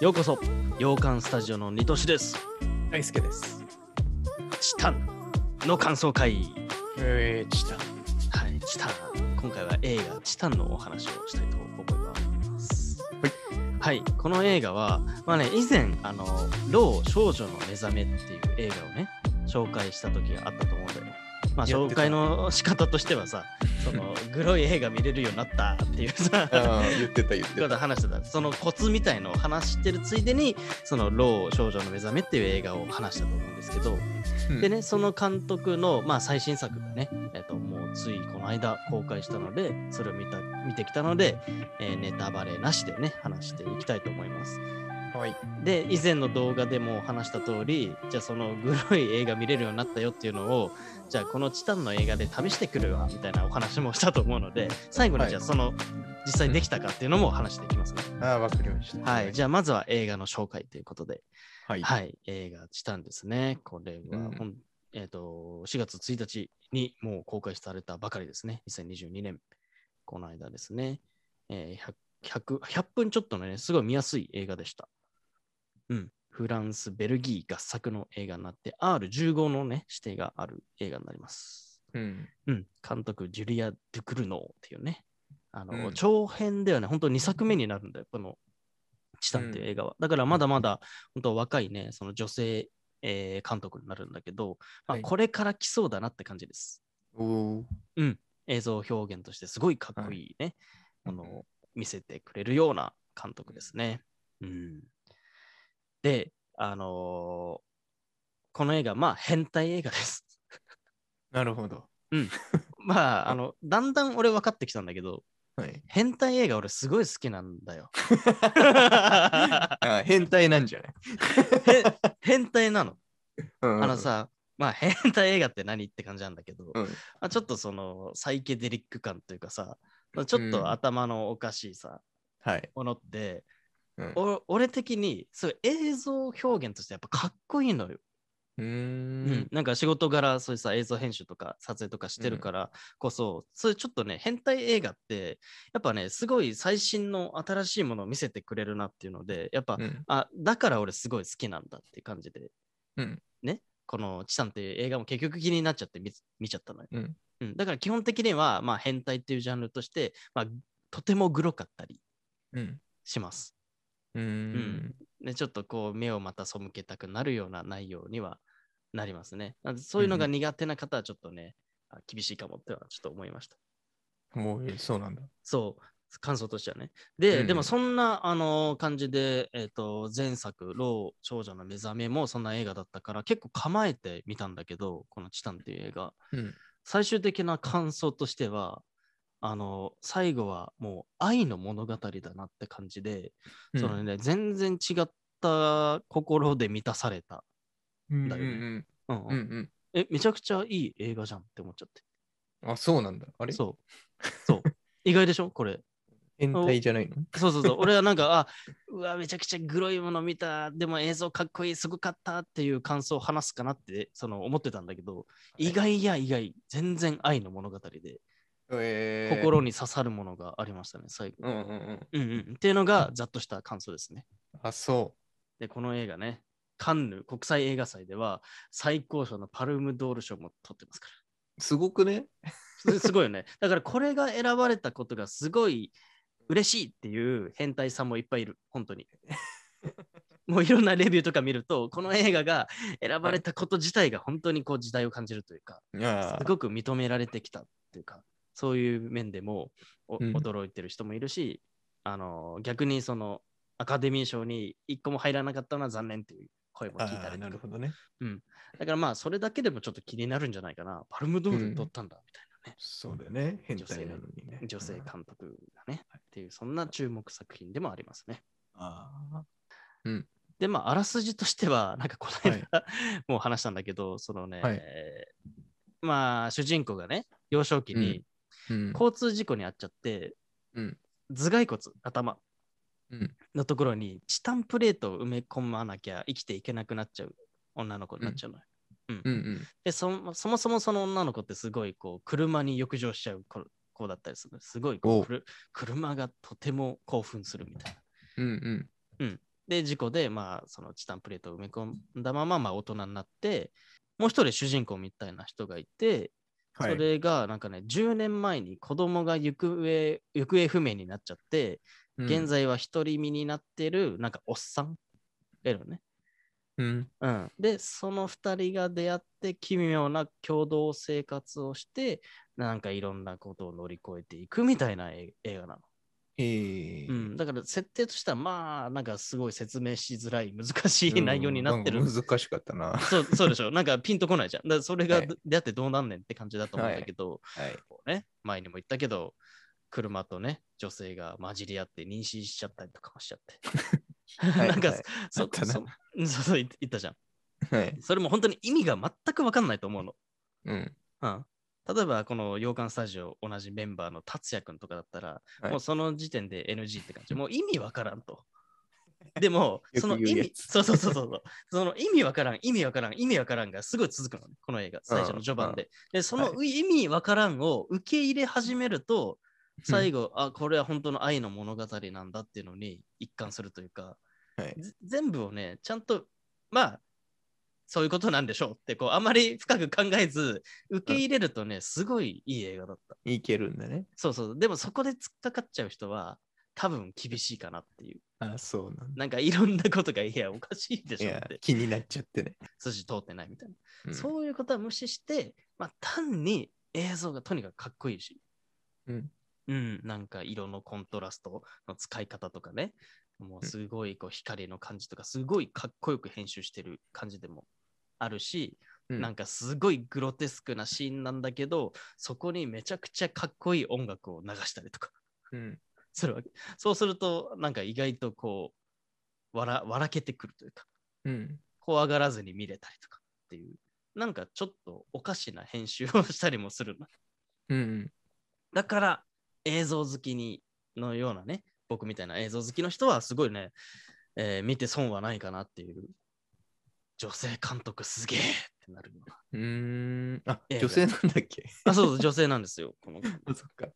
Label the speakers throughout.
Speaker 1: ようこそ洋館スタジオのニトシです
Speaker 2: 大輔です。
Speaker 1: チタンの感想会
Speaker 2: えー、ちた。
Speaker 1: はいチタン今回は映画チタンのお話をしたいと思いますはい、この映画はまあね以前あの老少女の目覚めっていう映画をね紹介した時があったと思うんだよまあ
Speaker 2: や
Speaker 1: 紹
Speaker 2: ってた
Speaker 1: 介の仕方としてはさそのグロい映画見れるようになったっていう さ
Speaker 2: ああ、言ってた言っ
Speaker 1: こ
Speaker 2: て
Speaker 1: と
Speaker 2: た。
Speaker 1: 話してたそのコツみたいのを話してるついでにその「老少女の目覚め」っていう映画を話したと思うんですけど、でねその監督の、まあ、最新作がね、えっともうついこの間公開したのでそれを見た見てきたので、えーネタバレなしでね話していきたいと思います
Speaker 2: うん。はい。
Speaker 1: で以前の動画でも話した通りじゃあそのグロい映画見れるようになったよっていうのをじゃあこの「チタン」の映画で試してくるわみたいなお話もしたと思うので最後に
Speaker 2: はい
Speaker 1: じゃあその、実際できたかっていうのも話していきますね。
Speaker 2: ああ、わかりました。
Speaker 1: はい、じゃ
Speaker 2: ゃ
Speaker 1: あまずは映画の紹介ということで、
Speaker 2: あ、はい。
Speaker 1: はい、映画チタンですね。これは
Speaker 2: うん
Speaker 1: ほん、えーと、4月1日にもう公開されたばかりですね。2022年、この間ですね。えー、100, 100 100分ちょっとのね、すごい見やすい映画でした。うん。フランス、ベルギー合作の映画になって、R15 のね、指定がある映画になります。
Speaker 2: うん。
Speaker 1: うん、監督、ジュリア・ドゥクルノーっていうね、あの、
Speaker 2: うん
Speaker 1: 長編ではね、本当2作目になるんだよ、このチタンっていう映画は。だからまだまだ、本当若いね、その女性、えー監督になるんだけど、まあ、
Speaker 2: はい
Speaker 1: これから来そうだなって感じです。
Speaker 2: おお。
Speaker 1: 映像表現としてすごいかっこいいね、
Speaker 2: はい
Speaker 1: ものを見せてくれるような監督ですね。うん、で、あのーこの映画、まあ変態映画です。
Speaker 2: なるほど。
Speaker 1: まあ、あの、だんだん俺分かってきたんだけど、
Speaker 2: はい。
Speaker 1: 変態映画俺すごい好きなんだ よ。
Speaker 2: あー変態なんじゃない
Speaker 1: へ変態なの。
Speaker 2: うん
Speaker 1: あの。さ、まあ変態映画って何って感じなんだけど、
Speaker 2: うん。
Speaker 1: まあ、ちょっとそのサイケデリック感というかさ、まあちょっ
Speaker 2: うん
Speaker 1: と頭のおかしいさ、
Speaker 2: はい。
Speaker 1: ものって、
Speaker 2: うんう
Speaker 1: お俺的にそういう映像表現としてやっぱかっこいいのよ。
Speaker 2: ー
Speaker 1: うん
Speaker 2: ん。
Speaker 1: なんか仕事柄そういうさ映像編集とか撮影とかしてるからこそ、そういうちょっとね変態映画ってやっぱねすごい最新の新しいものを見せてくれるなっていうのでやっぱ、
Speaker 2: うん。
Speaker 1: あだから俺すごい好きなんだっていう感じで、
Speaker 2: うん
Speaker 1: ねこの「チタン」っていう映画も結局気になっちゃって見見ちゃったのよ、
Speaker 2: うん
Speaker 1: うんだから基本的には、まあ、変態っていうジャンルとして、まあ、とてもグロかったり
Speaker 2: うん。
Speaker 1: します、
Speaker 2: うーん。
Speaker 1: ね、ちょっとこう目をまた背けたくなるような内容にはなりますねなんでそういうのが
Speaker 2: うん
Speaker 1: 苦手な方はちょっとね、あ厳しいかもってはちょっと思いました
Speaker 2: もう、えそうなんだ。
Speaker 1: そう、感想としてはね。で、
Speaker 2: うん
Speaker 1: でもそんな、あの感じで、えっ、と、前作、老少女の目覚めもそんな映画だったから、結構構えてみたんだけど、このチタンっていう映画。
Speaker 2: うん。
Speaker 1: 最終的な感想としては、あの最後はもう愛の物語だなって感じで、そのね、全然違った心で満たされた。
Speaker 2: うん。
Speaker 1: だよ
Speaker 2: うん。
Speaker 1: うんう
Speaker 2: うんん。うん。
Speaker 1: え、めちゃくちゃいい映画じゃんって思っちゃって。
Speaker 2: あ、そうなんだ。あれ
Speaker 1: そう。そう。意外でしょこれ。
Speaker 2: 変態じゃないの
Speaker 1: そうそうそう、俺はなんか、あうわ、めちゃくちゃグロいもの見た、でも映像かっこいい、すごかったっていう感想を話すかなってその思ってたんだけど、
Speaker 2: い
Speaker 1: 意外や意外、全然愛の物語で、
Speaker 2: えー。
Speaker 1: 心に刺さるものがありましたね、最後。
Speaker 2: うんうんうん。
Speaker 1: うんうん、っていうのが、ざっとした感想ですね。
Speaker 2: あ、そ
Speaker 1: で、この映画ね、カンヌ国際映画祭では最高賞のパルムドール賞も取ってますから。
Speaker 2: う。すごくね
Speaker 1: すすごいよね。だからこれが選ばれたことがすごい嬉しいっていう変態さんもいっぱいいる、本 当に。もういろんなレビューとか見ると、この映画が選ばれたこと自体が本当にこう時代を感じるというか、
Speaker 2: あ
Speaker 1: すごく認められてきたっていうか、そういう面でもお
Speaker 2: うん
Speaker 1: 驚いてる人もいるし、あの逆にそのアカデミー賞に一個も入らなかったのは残念っていう声も
Speaker 2: あ
Speaker 1: 聞いた
Speaker 2: ー。
Speaker 1: り
Speaker 2: な
Speaker 1: と
Speaker 2: る
Speaker 1: か
Speaker 2: ほどね。
Speaker 1: だからまあそれだけでもちょっと気になるんじゃないかな。パルムドールに取ったんだみたいな。
Speaker 2: そうだよね。変
Speaker 1: 女性
Speaker 2: 態
Speaker 1: の
Speaker 2: なのにね。
Speaker 1: 女性監督がね、
Speaker 2: はい
Speaker 1: っていう、そんな注目作品でもありますね。
Speaker 2: あ
Speaker 1: で、まあ、あらすじとしては、 なんかこの間、
Speaker 2: はい
Speaker 1: もう話したんだけど、そのね、
Speaker 2: はい
Speaker 1: まあ、主人公がね、幼少期に
Speaker 2: あ。うん
Speaker 1: 交通事故に遭っちゃって、
Speaker 2: うん
Speaker 1: 頭蓋骨、頭
Speaker 2: うん
Speaker 1: のところにチタンプレートを埋め込まなきゃ生きていけなくなっちゃう女の子になっちゃうのよ。
Speaker 2: うんうん。
Speaker 1: でそ、そもそもその女の子ってすごいこう、車に浴場しちゃう子子だったりする。すごいこ
Speaker 2: お
Speaker 1: う
Speaker 2: う
Speaker 1: くる車がとても興奮するみたいな。
Speaker 2: うんうん。
Speaker 1: で、事故で、まあ、そのチタンプレートを埋め込んだまま、まあ、大人になって、もう一人主人公みたいな人がいて、
Speaker 2: は
Speaker 1: そ
Speaker 2: い。
Speaker 1: れがなんかね、10年前に子供が行方行方不明になっちゃって、
Speaker 2: うん
Speaker 1: 現。在は独り身になってる、なんかおっさんがいるのね。
Speaker 2: うん。
Speaker 1: うん、で、その2人が出会って、奇妙な共同生活をして、なんかいろんなことを乗り越えていくみたいな映映画なの。
Speaker 2: えー
Speaker 1: うん、だから設定としては、まあ、なんかすごい説明しづらい、難しい内容になってる。
Speaker 2: うんなんか難しかったな。は
Speaker 1: そうそうでしょ。なんかピンとこないじゃん。だからそれが
Speaker 2: はい
Speaker 1: 出会ってどうなんねんって感じだと思うんだけど、
Speaker 2: い。
Speaker 1: こうね、前にも言ったけど、車とね、女性が混じり合って妊娠しちゃったりとかもしちゃって。
Speaker 2: はい
Speaker 1: なんか、
Speaker 2: はいあ
Speaker 1: そ
Speaker 2: っ
Speaker 1: う
Speaker 2: たな
Speaker 1: そううんそうそう言言ったじゃん。
Speaker 2: はい。
Speaker 1: それも本当に意味が全く分かんないと思うの。
Speaker 2: うん。
Speaker 1: うん、例えば、この洋館スタジオ同じメンバーの達也くんとかだったら、
Speaker 2: はい
Speaker 1: もうその時点で NG って感
Speaker 2: 、
Speaker 1: じ。もう意味わからんと。でも
Speaker 2: よ
Speaker 1: その
Speaker 2: く言
Speaker 1: 意
Speaker 2: うや
Speaker 1: 味、
Speaker 2: つ
Speaker 1: そうそうそうそうそう、その意味わからん、意味わからん、意味わからんがすごい続くのね、この映画、最初の序盤で。で、その意味わからんを受け入れ始めると、最後、あ、これは本当の愛の物語なんだっていうのに一貫するというか、
Speaker 2: はい
Speaker 1: ぜ全部をね、ちゃんと、まあ、そういうことなんでしょうって、こう、あまり深く考えず、受け入れるとね、すごいいい映画だった。
Speaker 2: いけるんだね。
Speaker 1: そうそう。でもそこで突っかかっちゃう人は多分厳しいかなっていう。
Speaker 2: あ、そうなんだ。
Speaker 1: なんかいろんなことがいやおかしいで
Speaker 2: い
Speaker 1: しょっ
Speaker 2: や
Speaker 1: て、。
Speaker 2: 気になっちゃってね。
Speaker 1: 筋通ってないみたいな。
Speaker 2: うん
Speaker 1: そういうことは無視して、まあ単に映像がとにかくかっこいいし。
Speaker 2: うん。
Speaker 1: うん、なんか色のコントラストの使い方とかね、もうすごいこう光の感じとか、すごいかっこよく編集してる感じでもあるし、
Speaker 2: うん
Speaker 1: なんかすごいグロテスクなシーンなんだけど、そこにめちゃくちゃかっこいい音楽を流したりとか
Speaker 2: うん。
Speaker 1: するわけ。そうすると、なんか意外とこう、わら、わらけてくるというか、
Speaker 2: うん。
Speaker 1: 怖がらずに見れたりとかっていう、なんかちょっとおかしな編集をしたりもするの
Speaker 2: うん。
Speaker 1: だから映像好きにのようなね、僕みたいな映像好きの人はすごいね、えー見て損はないかなっていう。女性監督すげえってなるような。
Speaker 2: うーん。あ、
Speaker 1: 映画
Speaker 2: 女性なんだっけ
Speaker 1: あ、そうそう、女性なんですよ。この
Speaker 2: あそっか。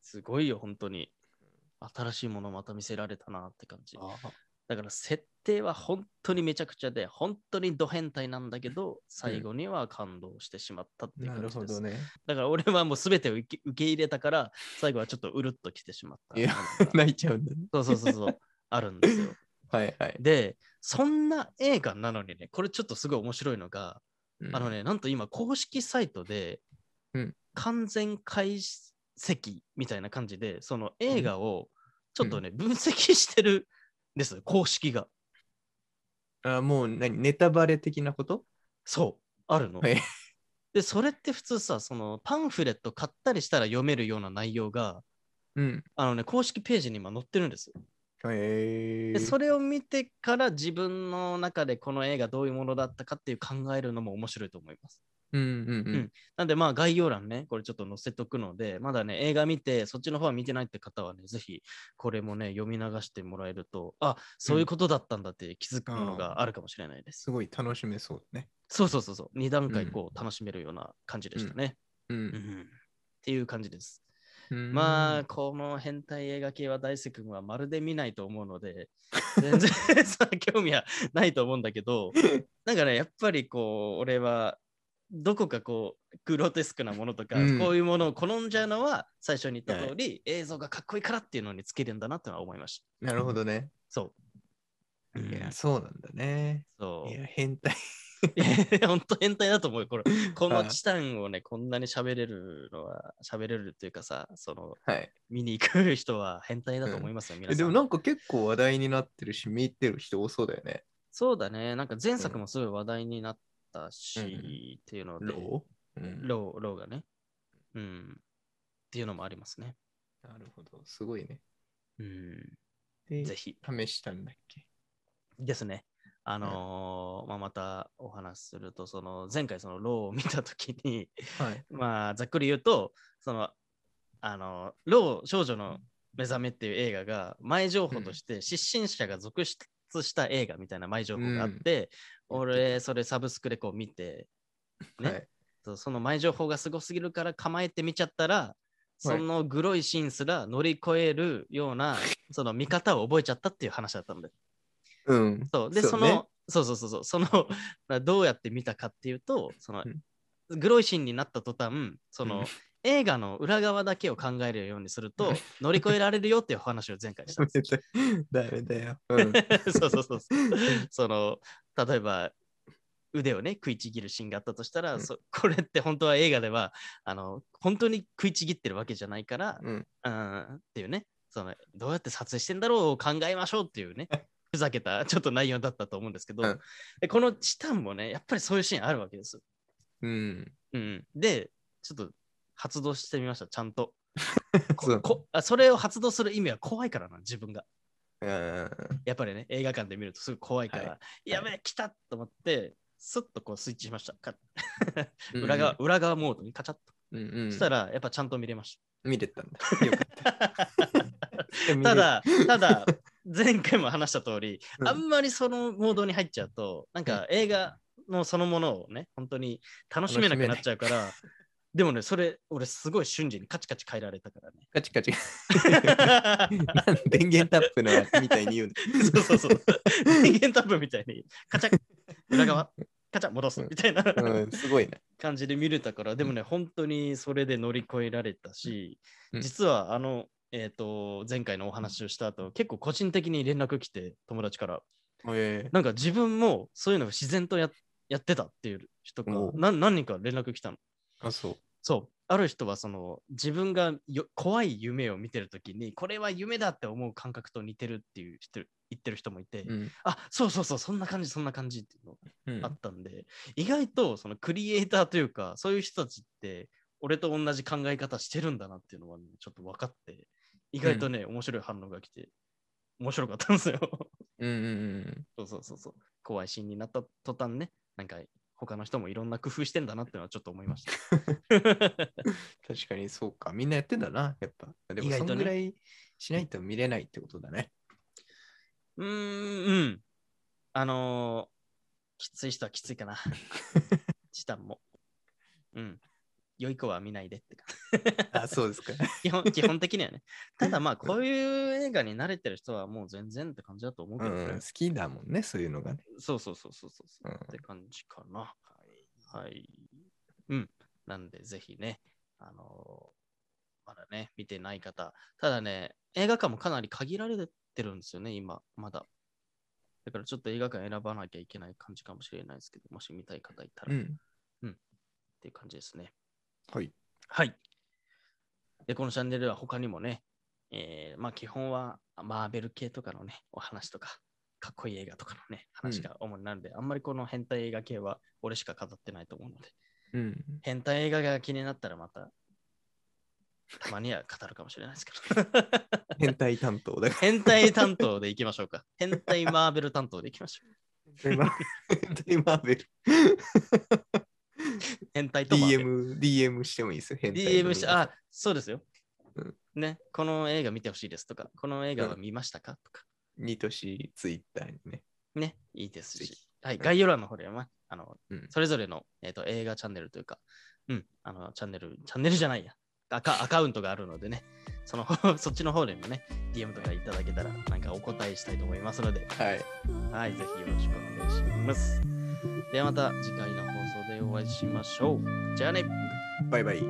Speaker 1: すごいよ、本当に。新しいものまた見せられたなって感じ。だから設定は本当にめちゃくちゃで、本当にド変態なんだけど、最後には感動してしまったっていう
Speaker 2: な
Speaker 1: 感
Speaker 2: る
Speaker 1: じ
Speaker 2: ほ
Speaker 1: です。
Speaker 2: どね。
Speaker 1: だから俺はもう全てを受け受け入れたから、最後はちょっとうるっと来てしまった。
Speaker 2: いや泣いちゃうんだね。
Speaker 1: そうそうそう そう、あるんですよ。
Speaker 2: はいはい。
Speaker 1: で、そんな映画なのにね、これちょっとすごい面白いのが、
Speaker 2: うん
Speaker 1: あの。ね、なんと今、公式サイトで
Speaker 2: うん、
Speaker 1: 完全解析みたいな感じで、その映画をちょっとね、分析してるんですよ、公式が。
Speaker 2: あ、もう何ネタバレ的なこと
Speaker 1: そう、あるの
Speaker 2: はい。
Speaker 1: で、それって普通さ、そのパンフレット買ったりしたら読めるような内容が、
Speaker 2: うん。
Speaker 1: あのね、公式ページに今載ってるんですよ
Speaker 2: へえ
Speaker 1: でそれを見てから自分の中でこの映画どういうものだったかっていう考えるのも面白いと思います。
Speaker 2: うんうんうん。
Speaker 1: なんでまあ概要欄ね、これちょっと載せとくので、まだね、映画見て、そっちの方は見てないって方はね、ぜひこれもね、読み流してもらえると、あそういうことだったんだって気づくものがあるかもしれないです。
Speaker 2: すごい楽しめそうね。
Speaker 1: そうそうそうそう、2段階こう楽しめるような感じでしたね。
Speaker 2: う
Speaker 1: うん
Speaker 2: ん。
Speaker 1: っていう感じです。
Speaker 2: うん
Speaker 1: まあ、、この変態映画系は大瀬君はまるで見ないと思うの で、全然 さ、興味はないと思うんだけ ど、なんかね、やっぱりこう、俺は、どこかこう、グロテスクなものとか、
Speaker 2: うん
Speaker 1: こういうものを好んじゃうのは、最初に言った通り、映像がかっこいいからっていうのにつけるんだなってのは思いました。
Speaker 2: なるほどね。
Speaker 1: そう。
Speaker 2: いや、
Speaker 1: うん
Speaker 2: そうなんだね。
Speaker 1: そう
Speaker 2: いや、変態。
Speaker 1: いや本当変態だと思うよ、これ。こ
Speaker 2: は
Speaker 1: の
Speaker 2: い
Speaker 1: チタンをね、こんなに喋れるのは、喋れるっていうかさ、その、
Speaker 2: はい。
Speaker 1: 見に行く人は変態だと思いますよ、皆さ
Speaker 2: え
Speaker 1: ん。
Speaker 2: でもなんか結構話題になってるし、見入ってる人多そうだよね。
Speaker 1: そうだね。なんか前作
Speaker 2: うん
Speaker 1: もすごい話題になったし、
Speaker 2: うんうん
Speaker 1: っていうので、
Speaker 2: ローうんな
Speaker 1: ロー、ローがね。うん。っていうのもありますね。
Speaker 2: るほど。すごいね。
Speaker 1: うん。
Speaker 2: で、
Speaker 1: ぜひ。
Speaker 2: 試したんだっけ
Speaker 1: ですね。あのーまあ、またお話しすると、その前回そのローを見たときに、
Speaker 2: はい。
Speaker 1: まあ、ざっくり言うと、その、あのーロー少女の目覚めっていう映画が、前情報として失神者が続出した映画みたいな前情報があって、
Speaker 2: うん
Speaker 1: 俺、それサブスクでこう見て、ね
Speaker 2: はい。
Speaker 1: そうその前情報がすごすぎるから構えてみちゃったら、そのグロいシーンすら乗り越えるような、その見方を覚えちゃったっていう話だったので。
Speaker 2: うん。
Speaker 1: そうで、
Speaker 2: そう
Speaker 1: そ
Speaker 2: ね
Speaker 1: の、そうそうそうそう、その、 まあどうやって見たかっていうと、その、グロいシーンになった途端、その、
Speaker 2: うん
Speaker 1: 映画の裏側だけを考えるようにすると、乗り越えられるよっていうお話を前回したんです。
Speaker 2: 絶対ダメだよ。うん。
Speaker 1: そうそうそうそう。 その、例えば、腕をね、食いちぎるシーンがあったとしたら、
Speaker 2: うん
Speaker 1: そこれって本当は映画では、あの、本当に食いちぎってるわけじゃないから、
Speaker 2: うん
Speaker 1: うんっていうね、そのどうやって撮影してんだろうを考えましょうって いうね、ふざけたちょっと内容だったと思うんですけど、
Speaker 2: うん
Speaker 1: でこのチタンもね、やっぱりそういうシーンあるわけです。
Speaker 2: うん。
Speaker 1: うん、で、ちょっと発動してみました、ちゃんと。
Speaker 2: そ
Speaker 1: こ
Speaker 2: う
Speaker 1: こあそれを発動する意味は怖いからな、自分が。
Speaker 2: うん。
Speaker 1: やっぱりね、映画館で見るとすぐ怖いから、
Speaker 2: は
Speaker 1: やべえ、来たと思って、すっとこうスイッチしました。か裏側、裏側モードにカチャッと。
Speaker 2: うんうん。
Speaker 1: したら、やっぱちゃんと見れまし。
Speaker 2: 見れたんだ。よかっ たた
Speaker 1: た、 だ、ただ、前回も話した通り、
Speaker 2: うん
Speaker 1: あんまりそのモードに入っちゃうと、なんか映画のそのものをね、本当に楽しめなくなっちゃうから、でもね、それ、俺すごい瞬時にカチカチ変えられたから ね。
Speaker 2: カチカチ。 なん電源タップのみたいに言うの。
Speaker 1: そうそうそう。人間タップみたいに、カチャッ、裏側、カチャッ、戻すみたいな
Speaker 2: うん、すごいな。
Speaker 1: 感じで見れたから、でもね、本当にそれで乗り越えられたし、
Speaker 2: うん
Speaker 1: 実はあの、えっ、と、前回のお話をした後、結構個人的に連絡来て、友達から、
Speaker 2: え
Speaker 1: なんか自分もそういうのを自然とややってたっていう人が
Speaker 2: おう
Speaker 1: な何人か連絡来たの。
Speaker 2: あ、そう。
Speaker 1: そう。ある人はその自分がよ怖い夢を見てるときにこれは夢だって思う感覚と似てるっていう人言ってる人もいて、
Speaker 2: うん。
Speaker 1: あそうそうそうそんな感じそんな感じっていうの
Speaker 2: うん
Speaker 1: があったんで、意外とそのクリエイターというかそういう人たちって俺と同じ考え方してるんだなっていうのはね、ちょっと分かって意外とね、面白い反応が来て面白かったんですよ。
Speaker 2: うんうん
Speaker 1: そうそうそうそう。怖いシーンになった途端ね、なんか他の人もいろんな工夫してんだなってのはちょっと思いました。
Speaker 2: 確かにそうか。みんなやってんだな、やっぱ。で
Speaker 1: 意
Speaker 2: も、
Speaker 1: 外とね
Speaker 2: そんぐらい しないと見れないってことだね。
Speaker 1: うーん、うん。あのーきつい人はきついか な。チタンも。うん。良い子は見ないでっ て
Speaker 2: あ、そうですか。
Speaker 1: 基本基本的にはね。ただまあ、こういう映画に慣れてる人はもう全然って感じだと思う
Speaker 2: う
Speaker 1: けどね、
Speaker 2: ん、好きだもんね、そういうのがね。
Speaker 1: そうそうそうそうそうそう、
Speaker 2: うん
Speaker 1: って感じかな。はい。うん。なんで、ぜひね、あのーまだね、見てない方。ただね、映画館もかなり限られてるんですよね、今、まだ。だからちょっと映画館選ばなきゃいけない感じかもしれないですけど、もし見たい方いたら
Speaker 2: う
Speaker 1: っ
Speaker 2: ん。
Speaker 1: ていう感じですね。
Speaker 2: はい。
Speaker 1: はい。で、このチャンネルは他にもね、えーまあ基本はマーベル系とかのね、お話とか、かっこいい映画とかのね、話が主になるんで、あんまりこの変態映画系は俺しか語ってないと思うので、
Speaker 2: うん。
Speaker 1: 変態映画が気になったらまた、たまには語るかもしれないですけ ど。
Speaker 2: 変態担当だか
Speaker 1: 変態担当でいきましょうか。変態マーベル担当でいきましょう。
Speaker 2: ら。変態マーベル変態マーベル。
Speaker 1: 変態とマーベル。
Speaker 2: DM、DM してもいいですよ。変態
Speaker 1: DM して、あ、そうですよ
Speaker 2: うん。
Speaker 1: ね、この映画見てほしいですとか、この映画は見ましたかとか。
Speaker 2: ニトシツイッターにね。
Speaker 1: ね、いいです
Speaker 2: ぜひ
Speaker 1: し。はい、
Speaker 2: うん
Speaker 1: 概要欄の方では、まあの、
Speaker 2: うん
Speaker 1: それぞれの、えー、と映画チャンネルというか、うん、あの、チャンネル、チャンネルじゃないや、アカアカウントがあるのでね、その そっちの方でもね、DM とかいただけたら、なんかお答えしたいと思いますので、
Speaker 2: はい。
Speaker 1: はい、ぜひよろしくお願いします。ではまた次回の放送でお会いしましょう。じゃあね
Speaker 2: バイバイ。